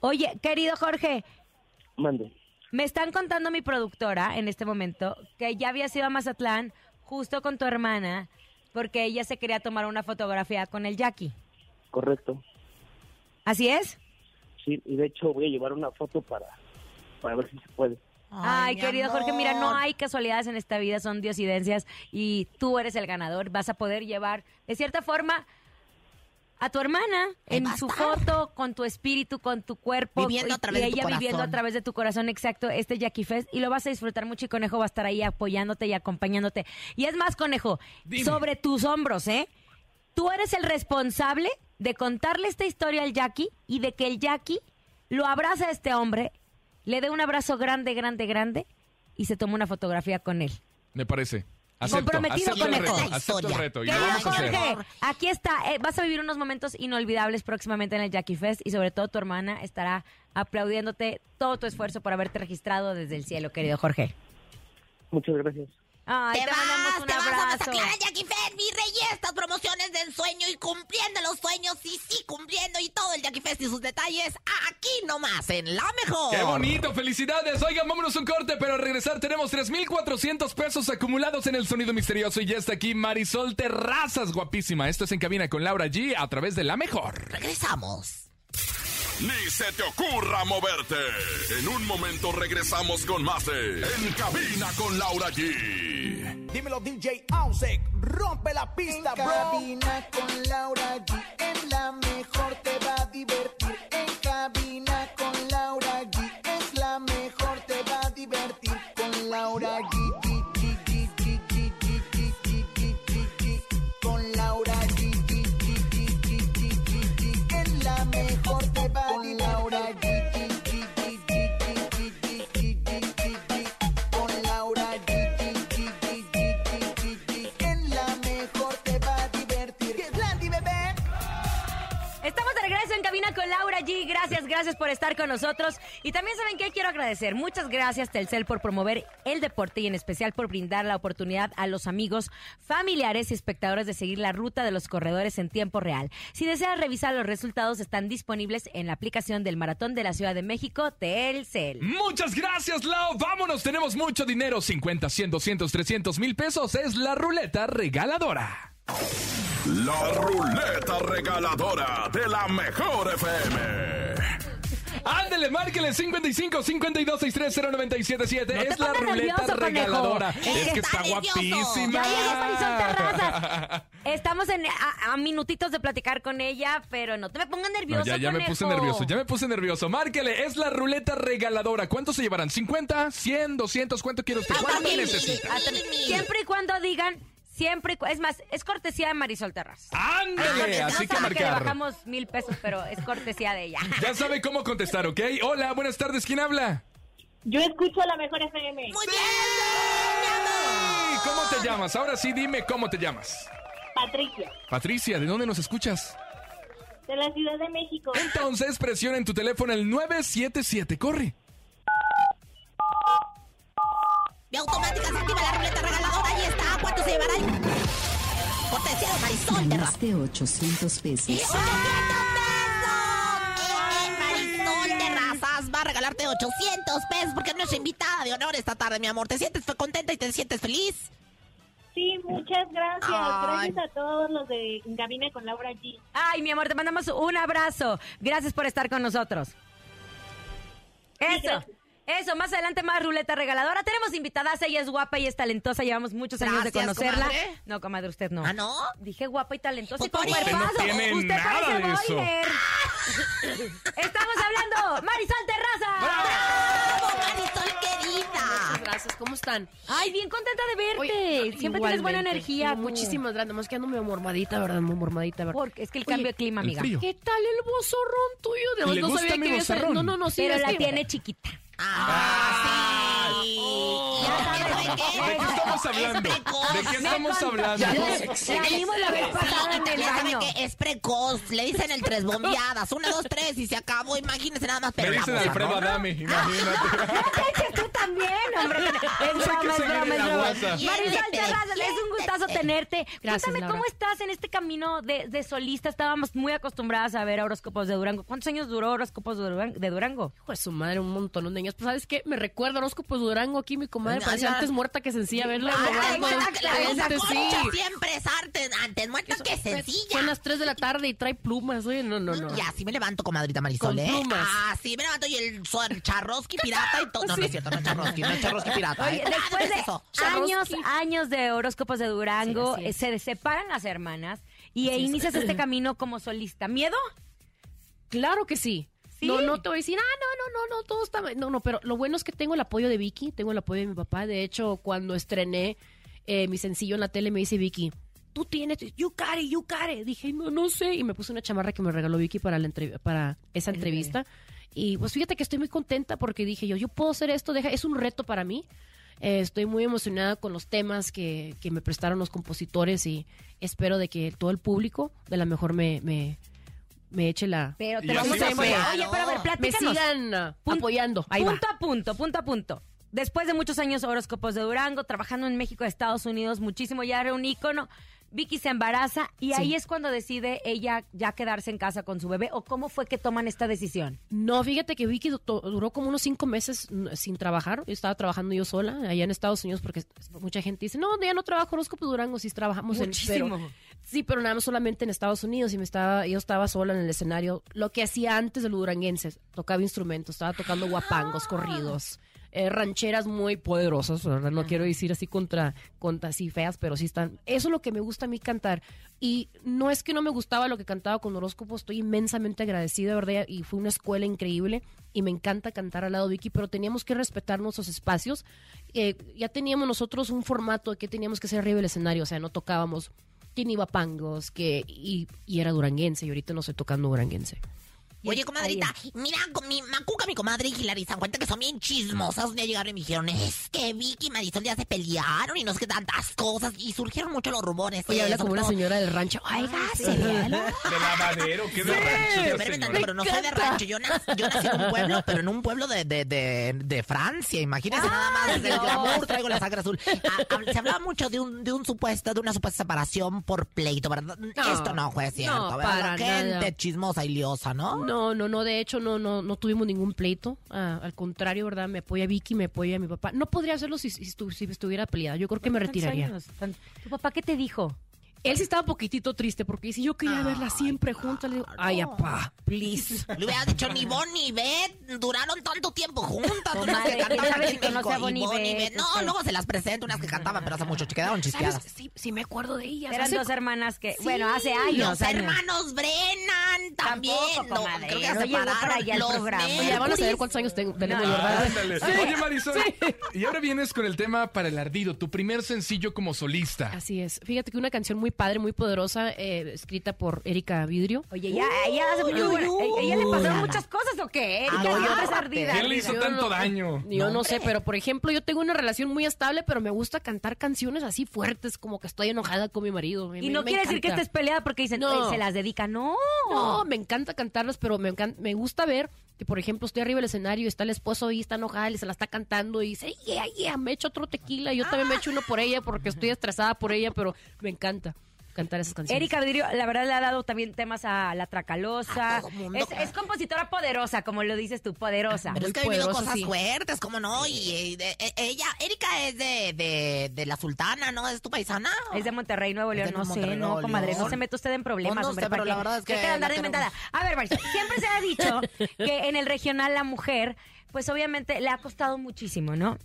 Oye, querido Jorge,
Mande.
me están contando mi productora en este momento que ya habías ido a Mazatlán justo con tu hermana porque ella se quería tomar una fotografía con el Jackie.
Correcto.
¿Así es?
Sí, y de hecho voy a llevar una foto para, para ver si se puede.
Ay,
mi
querido Jorge,
amor.
mira, no hay casualidades en esta vida, son diosidencias y tú eres el ganador. Vas a poder llevar, de cierta forma, a tu hermana
Ahí
en
va a
su
estar.
foto, con tu espíritu, con tu cuerpo.
Viviendo a
y-
través
y
de tu
ella viviendo
corazón.
a través de tu corazón, exacto, este Jackie Fest. Y lo vas a disfrutar mucho y Conejo va a estar ahí apoyándote y acompañándote. Y es más, Conejo,
Dime.
sobre tus hombros, ¿eh? Tú eres el responsable de contarle esta historia al Jackie y de que el Jackie lo abraza a este hombre, le dé un abrazo grande, grande, grande y se toma una fotografía con él.
Me parece. Acepto,
Comprometido
acepto
con
el
la
reto,
historia.
acepto el reto y lo
Querido
vamos a hacer.
Jorge, aquí está. eh, vas a vivir unos momentos inolvidables próximamente en el Jackie Fest y sobre todo tu hermana estará aplaudiéndote todo tu esfuerzo por haberte registrado desde el cielo, querido Jorge.
Muchas gracias.
Ay,
Te,
te, mandamos
vas,
un
te vas a
abrazo.
Mazatlán, Jackie Fest, mi rey, y estas promociones de ensueño y cumpliendo los sueños, y sí, cumpliendo y todo el Jackie Fest y sus detalles, aquí nomás, en La Mejor.
¡Qué bonito! ¡Felicidades! Oigan, vámonos un corte, pero al regresar tenemos 3,400 pesos acumulados en el sonido misterioso. Y ya está aquí Marisol Terrazas, guapísima. Esto es En Cabina con Laura G a través de La Mejor.
Regresamos.
Ni se te ocurra moverte. En un momento regresamos con más de En Cabina con Laura G.
Dímelo, DJ Ausek. Rompe la pista, bro.
cabina con Laura G. En la mejor te va a divertir. En cabina con Laura G. Es la mejor te va a divertir. Con Laura G. G, G, G, G, G, G, G, G, G, G, G. Con Laura G. G, G, G, G, G, G, G. En la mejor te va a divertir. Con Laura G. G, G, G, G, G, G, G, G, G, G. Con Laura G. G, G, G, G, G, G, G. En la mejor te va a divertir. ¡Que Blandy, bebé!
Estamos de regreso en cabina con Laura G. Gracias, gracias por estar con nosotros. Y también saben que quiero agradecer. Muchas gracias Telcel por promover el deporte y en especial por brindar la oportunidad a los amigos, familiares y espectadores de seguir la ruta de los corredores en tiempo real. Si deseas revisar los resultados están disponibles en la aplicación del Maratón de la Ciudad de México, Telcel.
Muchas gracias, Lau. Vámonos, tenemos mucho dinero. 50, 100, 200, 300 mil pesos. Es la ruleta regaladora.
La ruleta regaladora de la mejor FM.
Ándele, márquele 55 52 630 977.
No te
es la
pongas
ruleta
nervioso, conejo.
regaladora.
Es
Es
que
que
está
está
nervioso.
guapísima.
Ya llegó Marisol Terrazas. Estamos en, a, a minutitos de platicar con ella, pero no te me pongas nervioso.
No, ya, ya me puse
conejo.
nervioso, ya me puse nervioso. Márquele, es la ruleta regaladora. ¿Cuánto se llevarán? ¿50? ¿100? ¿200? ¿Cuánto quiere usted?
Ay,
¿Cuánto
mami,
necesita?
Hasta- siempre y cuando digan, siempre y cu- es más, es cortesía de Marisol Terraz.
¡Ándale!
No
Ah,
sabe
Así que a
Ah, que le
marcar.
bajamos mil pesos, pero es cortesía de ella.
Ya sabe cómo contestar, ¿ok? Hola, buenas tardes, ¿quién habla?
Yo escucho la mejor FM.
Muy bien.
Sí, ¿Cómo te llamas? Ahora sí, dime cómo te llamas.
Patricia,
Patricia, ¿de dónde nos escuchas?
de la Ciudad de México.
Entonces presiona en tu teléfono el 977, corre.
se llevará el potenciado Marisol de
Ganaste 800 pesos.
Marisol de Razas va a regalarte 800 pesos porque es nuestra invitada de honor esta tarde, mi amor. ¿Te sientes fe- contenta y te sientes feliz?
Sí, muchas gracias.
Ay.
Gracias a todos los de En Cabina con Laura G.
Ay, mi amor, te mandamos un abrazo. Gracias por estar con nosotros. Eso. Eso, más adelante más ruleta regaladora. Tenemos invitadas, ella es guapa y es talentosa, llevamos muchos años de
Gracias,
conocerla.
comadre.
No, comadre, usted no.
¿Ah, no?
Dije guapa y talentosa y
Pues
con
por eso.
cuerpazo.
Usted no tiene
Usted
nada
parece
de eso.
boiler. Estamos hablando, Marisol Terraza.
Marisol querida!
Gracias, ¿cómo están?
Ay, bien contenta de verte. Siempre tienes buena energía. tú.
Muchísimas gracias. Nomás quedando medio mormadita, ¿verdad? Muy mormadita, ¿verdad?
Porque es que el cambio de clima, amiga.
¿Qué tal el bozorrón tuyo? Además,
¿Le
no
gusta
sabía
mi
que había salido-
bozarrón?
No, no, no, sí.
Pero
es
la
que-
tiene chiquita.
Ah,
Oh. ¿De qué estamos hablando? ¿De qué estamos hablando?
Pues, en el baño. que es precoz. Le dicen el tres bombeadas. Una, dos, tres y se acabó. Imagínense nada más.
Me
Pero la
dicen
cosa,
Alfredo
¿no?
Adame, imagínate.
tú también, hombre. Es
No sé
broma,
qué
es
se
broma,
viene
es
la
broma.
guasa.
Marisol Terraza, es un gustazo tenerte.
Gracias,
Cuéntame
Laura.
cómo estás en este camino de, de solista. Estábamos muy acostumbradas a ver horóscopos de Durango. ¿Cuántos años duró horóscopos de Duran- de Durango?
Hijo de su madre, un montón de años. Pues, ¿sabes qué? Me recuerda horóscopos de Durango aquí, mi comadre.
No,
Parecía
no.
antes muerta que sencilla verla.
Ah,
nomás,
la-
más
la- la- esa
diferente,
concha
sí.
siempre es arte, antes muerta que sencilla.
Son las 3 de la tarde y trae plumas, oye, no, no, no.
Y así me levanto, comadrita Marisol,
Con
¿eh?
plumas.
Ah, sí, me levanto y el son charroski pirata y todo. No, no es cierto, no es charroski, no es charroski pirata.
Oye,
¿eh?
después
Ah, no es
de
eso.
años, años de horóscopos de Durango,
Sí, así es.
eh, se separan las hermanas y
Así
eh,
es.
inicias este camino como solista. ¿Miedo?
Claro que sí. No, no te voy a decir, ah, no, no, no, no, todo está mal". No, no, pero lo bueno es que tengo el apoyo de Vicky, tengo el apoyo de mi papá. De hecho, cuando estrené eh, mi sencillo en la tele, me dice Vicky, tú tienes, you got it, you got it". Dije, no, no sé. Y me puse una chamarra que me regaló Vicky para, la entrev- para esa entrevista. Y pues fíjate que estoy muy contenta porque dije yo, yo puedo hacer esto, deja, es un reto para mí. Eh, estoy muy emocionada con los temas que, que me prestaron los compositores y espero de que todo el público de la mejor me, me, me eche la...
Pero te
la
vamos a
mano.
apoyar. Oye, pero a ver,
Me
platícanos.
sigan ah, apoyando. Ahí va.
punto a punto, punto a punto. Después de muchos años horóscopos de Durango, trabajando en México, Estados Unidos, muchísimo, ya era un ícono. Vicky se embaraza y ahí es cuando decide ella ya quedarse en casa con su bebé. ¿O cómo fue que toman esta decisión?
No, fíjate que Vicky du- to- duró como unos cinco meses mm, sin trabajar. Yo estaba trabajando yo sola allá en Estados Unidos porque es- mucha gente dice, no, ya no trabajo horóscopo Durango, sí trabajamos en
Muchísimo.
pero- sí, pero nada más solamente en Estados Unidos y me estaba, yo estaba sola en el escenario. Lo que hacía antes de los duranguenses, tocaba instrumentos, estaba tocando guapangos, corridos. eh, rancheras muy poderosas, ¿verdad? no Pues quiero decir así contra, contra así feas, pero sí están. Eso es lo que me gusta a mí cantar. Y no es que no me gustaba lo que cantaba con horóscopo, estoy inmensamente agradecida, ¿verdad? Y fue una escuela increíble y me encanta cantar al lado de Vicky, pero teníamos que respetar nuestros espacios. Eh, ya teníamos nosotros un formato de que teníamos que hacer arriba del escenario, o sea, no tocábamos que ni pangos, que y, y era duranguense y ahorita no estoy tocando duranguense.
Oye, comadrita, mira, con mi Macuca, mi comadre y Hilary se dan cuenta que son bien chismosas. Un día llegaron y me dijeron, es que Vicky y Marisol ya se pelearon y no sé qué tantas cosas. Y surgieron mucho los rumores.
Oye,
eh,
habla como
sobre
una
todo-
señora del rancho. Oiga,
De lavadero, ¿qué de
Sí.
rancho esa
Pero,
señora?
pero, pero no soy de rancho, yo, nac- yo nací en un pueblo, pero en un pueblo de, de, de, de Francia, imagínense nada más, del
Dios.
glamour traigo la sangre azul. Ah, ah, se hablaba mucho de un, de un supuesto, de una supuesta separación por pleito, ¿verdad? Esto no fue cierto,
no,
¿verdad?
para
Gente
nada.
chismosa y liosa, ¿no?
No, no, no, de hecho no, no, no tuvimos ningún pleito. Ah, al contrario, ¿verdad? Me apoya Vicky, me apoya mi papá. No podría hacerlo si, si, estu- si estuviera peleada. Yo creo que me
¿Cuántos
retiraría.
años? Tan- ¿Tu papá qué te dijo?
Él sí estaba un poquitito triste porque dice, yo quería verla siempre juntas. Le digo, ay, apá, please.
Le hubiera dicho ni Bon ni Bet duraron tanto tiempo juntas. unas
Comadre,
que
¿quién
cantaban
sabe
aquí
si conoce
en México
a Bon
y
y
Bon y
Bet?
Bet. No,
Ustedes.
luego se las presento unas que cantaban, pero hace mucho, quedaron chisqueadas.
¿Sabes? Sí, sí me acuerdo de ellas.
Eran
Hace-
dos hermanas que,
Sí,
bueno, hace años.
Los
años.
hermanos Brennan también.
Tampoco,
no,
comadre,
creo que se
no llegó para allá
separaron.
el
Los
programa.
Oye, ya van a
Mercurys.
saber cuántos años tengo, tenemos,
No.
¿verdad?
Ah, Ándale. Oye, Marisol, y ahora vienes con el tema para el ardido, tu primer sencillo como solista.
Así es. Fíjate que una canción muy
padre, muy poderosa, eh, escrita por Erika Vidrio.
Oye, ella, ella hace muy buena- ella le pasaron muchas cosas o qué?
Ah,
Erika siempre es ardida.
¿Qué le hizo
Yo
tanto
no-
daño?
Yo no sé, pero por ejemplo, yo tengo una relación muy estable, pero me gusta cantar canciones así fuertes, como que estoy enojada con mi marido.
Y no quiere decir que estés peleada porque dicen, "Ay, se las dedica. No.
No, me encanta cantarlas, pero me, encan- me gusta ver que, por ejemplo, estoy arriba del escenario y está el esposo ahí, está enojada y se la está cantando y dice, yeah, yeah, me echo otro tequila. y Yo también me echo uno por ella porque estoy estresada por ella, pero me encanta cantar esas canciones.
Erika Vidrio, la verdad, le ha dado también temas a la Tracalosa. es, es compositora poderosa, como lo dices tú, poderosa.
Pero es que ha vivido cosas fuertes, ¿cómo no? Y eh,
e,
de- eh, ella, Erika es de, de, de la sultana, ¿no? Es tu paisana.
Es de Monterrey, Nuevo León, no sé,
Monterrey,
no,
Nuevo
comadre, no
León.
se mete usted en problemas,
No, no
hombre,
sé, pero
¿para
la
qué?
verdad es que
Deje de andar
la
de inventada. A ver, Marcia, siempre se ha dicho que en el regional la mujer, pues obviamente le ha costado muchísimo, ¿no?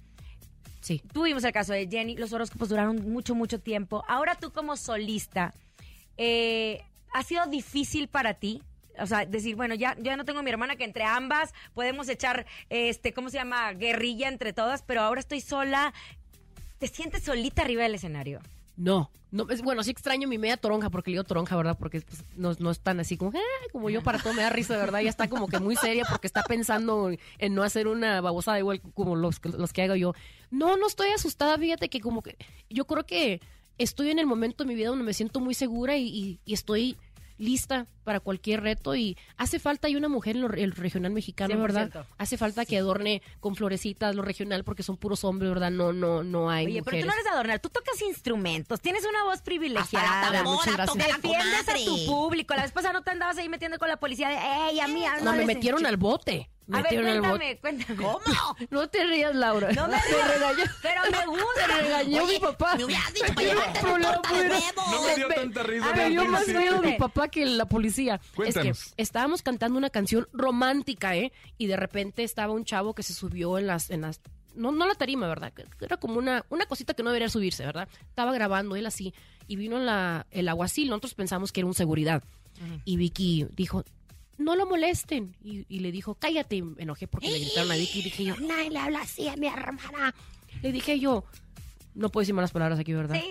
Sí.
Tuvimos el caso de Jenny, los horóscopos duraron mucho, mucho tiempo. Ahora tú como solista, eh, ¿ha sido difícil para ti? O sea, decir, bueno, ya, ya no tengo a mi hermana, que entre ambas podemos echar, este, ¿cómo se llama? Guerrilla entre todas, pero ahora estoy sola. ¿Te sientes solita arriba del escenario?
No, no es, bueno, sí extraño mi media toronja, porque le digo toronja, ¿verdad? Porque pues, no, no es tan así como, "Ah", como yo para todo me da risa, ¿verdad? Ya está como que muy seria porque está pensando en no hacer una babosada igual como los, que- los que hago yo. No, no estoy asustada, fíjate que como que yo creo que estoy en el momento de mi vida donde me siento muy segura y, y- y estoy lista para cualquier reto y hace falta hay una mujer en lo- el regional mexicano, ¿verdad?
100%.
Hace falta que adorne con florecitas lo regional porque son puros hombres, ¿verdad? No, no, no hay
Oye, pero tú no
mujeres.
eres de adornar, tú tocas instrumentos, tienes una voz privilegiada.
Hasta la tambora Muchas gracias. toca la
Defiendes a
comadre.
tu público. La vez pasada no te andabas ahí metiendo con la policía de, ¡ey, a mí!
No, me metieron al bote. Me
A ver,
metieron al bote.
cuéntame, cuéntame. ¿Cómo?
No te rías, Laura.
No me
Te
río,
regañó.
pero me gusta.
Te regañó
Oye,
mi papá.
me hubieras dicho
Me
para llevarte
dio
la torta de
problema,
huevo.
No me dio tanta risa,
Me dio
pero
Ah, más
sí.
miedo mi papá que la policía.
Cuéntanos.
Es que estábamos cantando una canción romántica, ¿eh? Y de repente estaba un chavo que se subió en las... En las no, no la tarima, ¿verdad? Que Era como una, una cosita que no debería subirse, ¿verdad? Estaba grabando él así y vino la, el aguacil. Nosotros pensamos que era un seguridad. Y Vicky dijo, no lo molesten. Y, y le dijo, cállate. Y Me enojé porque le gritaron a Vicky. Y dije yo, nadie le habla así a mi hermana. Le dije yo, no puedo decir malas palabras aquí, ¿verdad?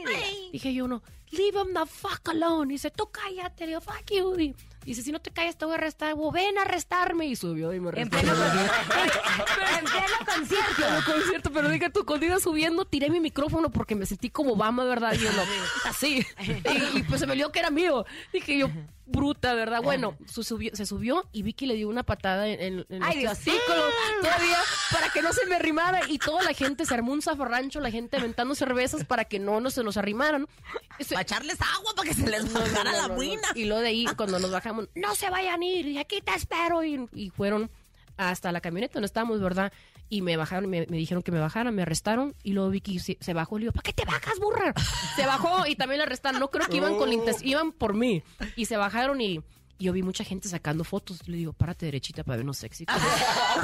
Dije yo, no, leave him the fuck alone. Y dice, tú cállate. Le digo, fuck you. Y dice, si no te callas te voy a arrestar. O ven a arrestarme. Y subió y me arrestó.
En pleno concierto.
En el concierto, pero dije tú, cuando iba subiendo, tiré mi micrófono porque me sentí como Obama, ¿verdad? Y yo no, así. Y, y, pues se me olvidó que era mío. Dije yo, bruta, ¿verdad? Bueno, su- subió- se subió y Vicky le dio una patada en, en, en los
Ay, Dios.
testículos todavía para que no se me arrimara. Y toda la gente se armó un zafarrancho, la gente aventando cervezas para que no, no se nos arrimaran. Este, Para
echarles agua, para que se les bajara la buena.
Y luego de ahí, cuando nos bajamos, no se vayan a ir, y aquí te espero. Y, y fueron hasta la camioneta donde estábamos, ¿verdad? Y me bajaron, me, me dijeron que me bajaran, me arrestaron. Y luego Vicky se, se bajó, le digo, ¿para qué te bajas, burra? Se bajó y también la arrestaron. No creo que iban con la inten- iban por mí. Y se bajaron y. y Yo vi mucha gente sacando fotos. Le digo, párate derechita para vernos sexy. te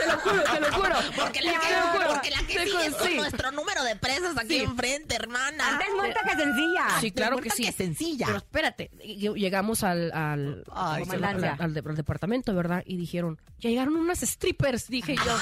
lo juro, te lo juro.
Porque la
Te lo
que,
juro.
porque la que
Te
sigue es con
sí.
nuestro número de presas aquí
Sí.
enfrente, hermana.
Antes muerta que sencilla.
Sí, claro que sí.
sencilla.
Pero espérate, y- llegamos al, al,
Ay,
al- al-
comandancia.
al de- al departamento, ¿verdad? Y dijeron, ya llegaron unas strippers, dije yo.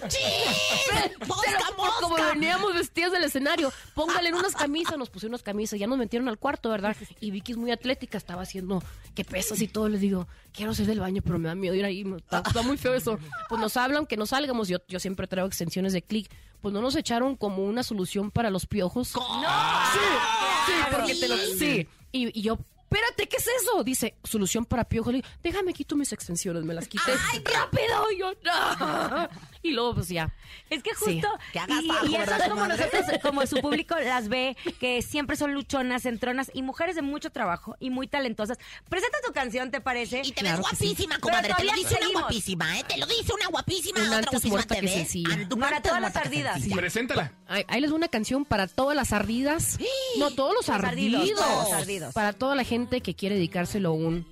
¿Qué? Pero por como veníamos vestidas del escenario, póngale unas camisas, nos pusieron unas camisas, ya nos metieron al cuarto, ¿verdad? Y Vicky es muy atlética, estaba haciendo que pesas y todo, le digo, quiero salir del baño, pero me da miedo ir ahí, me- está, está muy feo eso. Pues nos hablan que no salgamos, yo, yo siempre traigo extensiones de clic, pues no nos echaron como una solución para los piojos. Sí, porque te lo. Sí. Y, y yo, espérate, ¿qué es eso? Dice, solución para piojos. Le digo, déjame quito mis extensiones, me las quité. ¡Ay, rápido! Y yo, no. Y luego, pues ya.
Es que
Sí.
justo.
Que hagas
y,
bajo,
y eso es
¿verdad,
como
comadre?
nosotros, como su público las ve, que siempre son luchonas, centronas y mujeres de mucho trabajo y muy talentosas. Presenta tu canción, ¿te parece? Y
Te ves guapísima, comadre. Te lo dice una guapísima, ¿eh? Te lo dice una guapísima.
Un
otra
antes
guapísima
muerta
te
que
ves.
sencilla.
Ante-
Para
antes
todas las
muerta que
ardidas.
sencilla.
Preséntala.
Ahí, ahí les doy una canción para todas las ardidas. No, todos los,
Los ardidos,
ardidos.
todos los ardidos.
Para toda la gente que quiere dedicárselo a un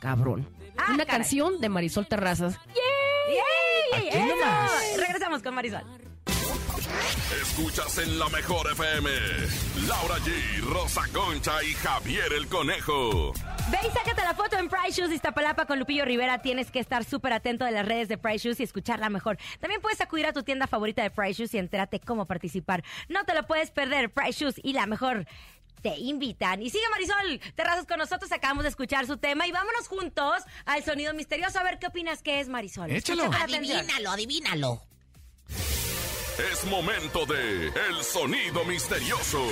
cabrón. una canción de Marisol Terrazas.
¡Yay!
Aquí
¡Eso!
nomás.
Regresamos con Marisol.
Escuchas en la mejor FM. Laura G, Rosa Concha y Javier el Conejo.
Ve y sácate la foto en Price Shoes Iztapalapa con Lupillo Rivera. Tienes que estar súper atento de las redes de Price Shoes y escucharla mejor. También puedes acudir a tu tienda favorita de Price Shoes y entérate cómo participar. No te lo puedes perder, Price Shoes y la mejor
te invitan. Y sigue Marisol Terrazas con nosotros, acabamos de escuchar su tema y vámonos juntos al sonido misterioso a ver qué opinas que es Marisol.
Échalo.
Escucha con atención.
Adivínalo, adivínalo.
Es momento de El Sonido Misterioso.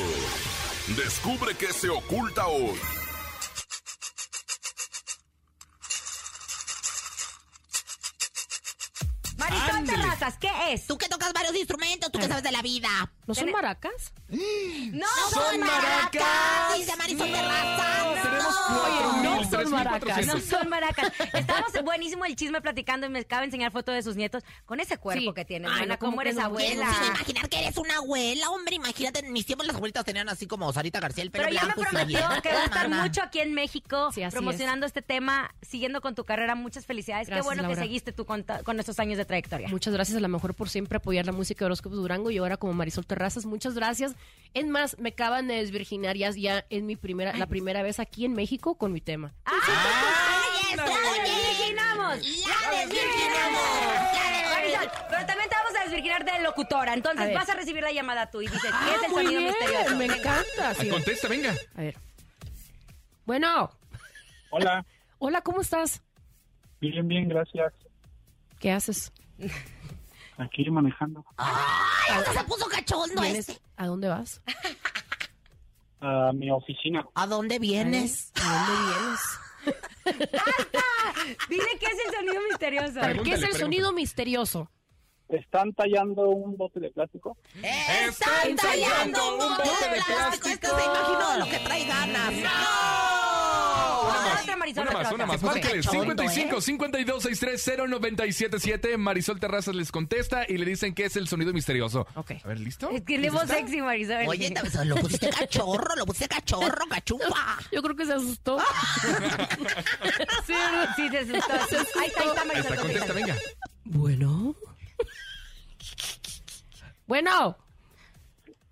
Descubre qué se oculta hoy.
Marisol
Ándele.
Terrazas, ¿qué es?
Tú que tocas varios instrumentos, tú que sabes de la vida.
¿No son maracas?
No,
son maracas! Dice Marisol Terrazas.
Tenemos
Oye, no
4,000,
son maracas.
3,400.
No son maracas. Estamos buenísimo el chisme platicando y me acaba de enseñar fotos de sus nietos con ese cuerpo
Sí.
que tienes,
Ay,
mana,
no, ¿cómo
¿Cómo eres
que no?
¿Quién se
abuela?
iba a imaginar que eres una abuela, hombre? Imagínate, en mis tiempos las abuelitas tenían así como Sarita García, el pelo
Pero ya me
blanco. y su
prometió
barbita.
que va a estar
Mana.
mucho aquí en México
Sí, así
promocionando este tema, siguiendo con tu carrera. Muchas felicidades.
Gracias,
Qué bueno
Laura.
que seguiste tú con, ta- con estos años de trayectoria.
Muchas gracias a la mejor por siempre apoyar la música de Horóscopos Durango y ahora como Marisol Terrazas, muchas gracias. Es más, me acaban de desvirginar ya, ya en mi primera,
pues.
la primera vez aquí en México con mi tema.
Ah,
¡Ay, eso!
¡La
¡Oye!
desvirginamos!
¡La desvirginamos! ¡La desvirginamos!
Marisol, Pero también te vamos a desvirginar de locutora.
A
Entonces
ver.
vas a recibir la llamada tú y dices, ¿qué
Ah,
es el
muy
sonido
bien,
misterioso?
Me
Venga.
encanta. sí.
Ah, Contesta, venga.
A ver. Bueno,
Hola,
hola, ¿cómo estás?
bien, bien, gracias.
¿Qué haces?
Aquí manejando
¡Ay, hasta se puso cachondo
¿Vienes?
Pues
este!
¿A dónde vas?
a mi oficina.
¿A dónde vienes?
¿A dónde vienes?
Dile qué es el sonido misterioso.
A ver, ¿Qué es el
pregúntale.
sonido misterioso?
Están tallando un bote de plástico.
¡Están tallando un bote de plástico! Este se imaginó lo que trae ganas. ¡No!
Ah, Otra, Marisol,
Una
otra,
más,
otra.
una más.
Se puso
Márqueles
cachondo,
55 52 630 977. Marisol Terrazas les contesta y le dicen que es el sonido misterioso.
Ok.
A ver, ¿listo?
Es que le voz sexy, Marisol.
Oye, te- lo pusiste cachorro, lo pusiste cachorro, cachupa.
Yo creo que se asustó.
Ah. Sí, sí, te asustó. Ahí está, ahí está,
Ahí
Marisol.
está, contesta,
contestando.
venga.
Bueno. Bueno.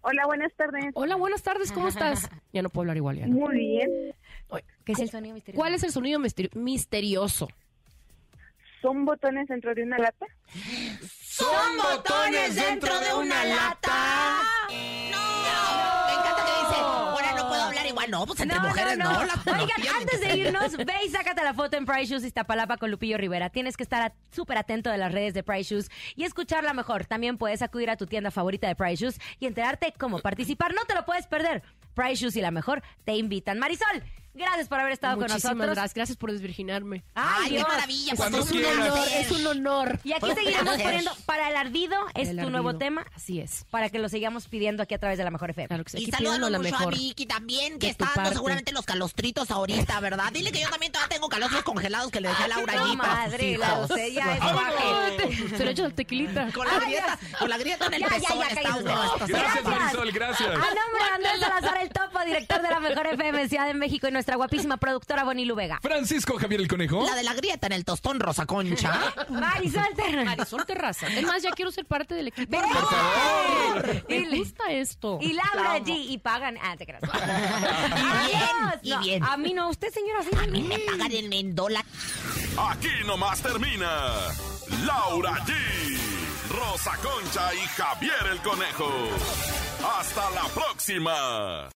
Hola, buenas tardes.
Hola, buenas tardes, ¿cómo estás? Ya no puedo hablar igual, ya no.
Muy bien.
Oye,
¿Qué es el sonido misterioso?
¿Cuál es el sonido misteri- misterioso?
¿Son botones dentro de una lata?
¡Son botones dentro de una lata! ¡No! Me encanta que dice, ahora no puedo hablar igual. No, pues entre mujeres no. las- no
Oigan,
tienen.
antes de irnos, ve y sácate la foto en Price Shoes Iztapalapa con Lupillo Rivera. Tienes que estar a- súper atento de las redes de Price Shoes y escucharla mejor. También puedes acudir a tu tienda favorita de Price Shoes y enterarte cómo participar. No te lo puedes perder. Price Shoes y la mejor te invitan. Marisol, gracias por haber estado
Muchísimas
con nosotros.
gracias, gracias por desvirginarme.
Ay,
¡Ay, qué
Dios.
maravilla! Pues
Cuando
es un
quieras.
honor.
Honor, es un honor.
Y aquí
Bueno,
seguiremos
gracias.
poniendo para el ardido, es
El
tu nuevo
ardido.
tema,
Así es.
para que lo sigamos pidiendo aquí a través de la mejor FM.
Claro que sí.
Y
aquí pídanlo
saludos
a la
mucho a
mejor.
Vicky también, que
De tu
está dando
parte.
seguramente los calostritos ahorita, ¿verdad? Dile que yo también todavía tengo calostros congelados que le dejé a Laura
No,
allí para sus
madre, la
hijos.
doncella es
Ah,
guaje.
te- Se lo echas al tequilita.
Con la grieta, con la grieta en el
Ya, ya,
pezón
ya,
está
cállate.
uno de estos.
Gracias,
Gracias.
Marisol, gracias.
A nombre de Andrés Salazar, el topo, director de la Mejor FM Ciudad de México y nuestra guapísima productora Bonilu Vega.
Francisco Javier el Conejo.
La de la grieta en el tostón, Rosa Concha.
Marisol Terra.
Marisol Terraza. Es más, ya quiero ser parte del equipo.
Por favor.
Me
Dile.
gusta esto.
Y Laura G. Y pagan. Ah, te creas. Adiós.
y
No,
bien.
A mí no, usted, señora, sí.
Y me pagan en, en dólar.
Aquí nomás termina Laura G, Rosa Concha y Javier el Conejo. Hasta la próxima.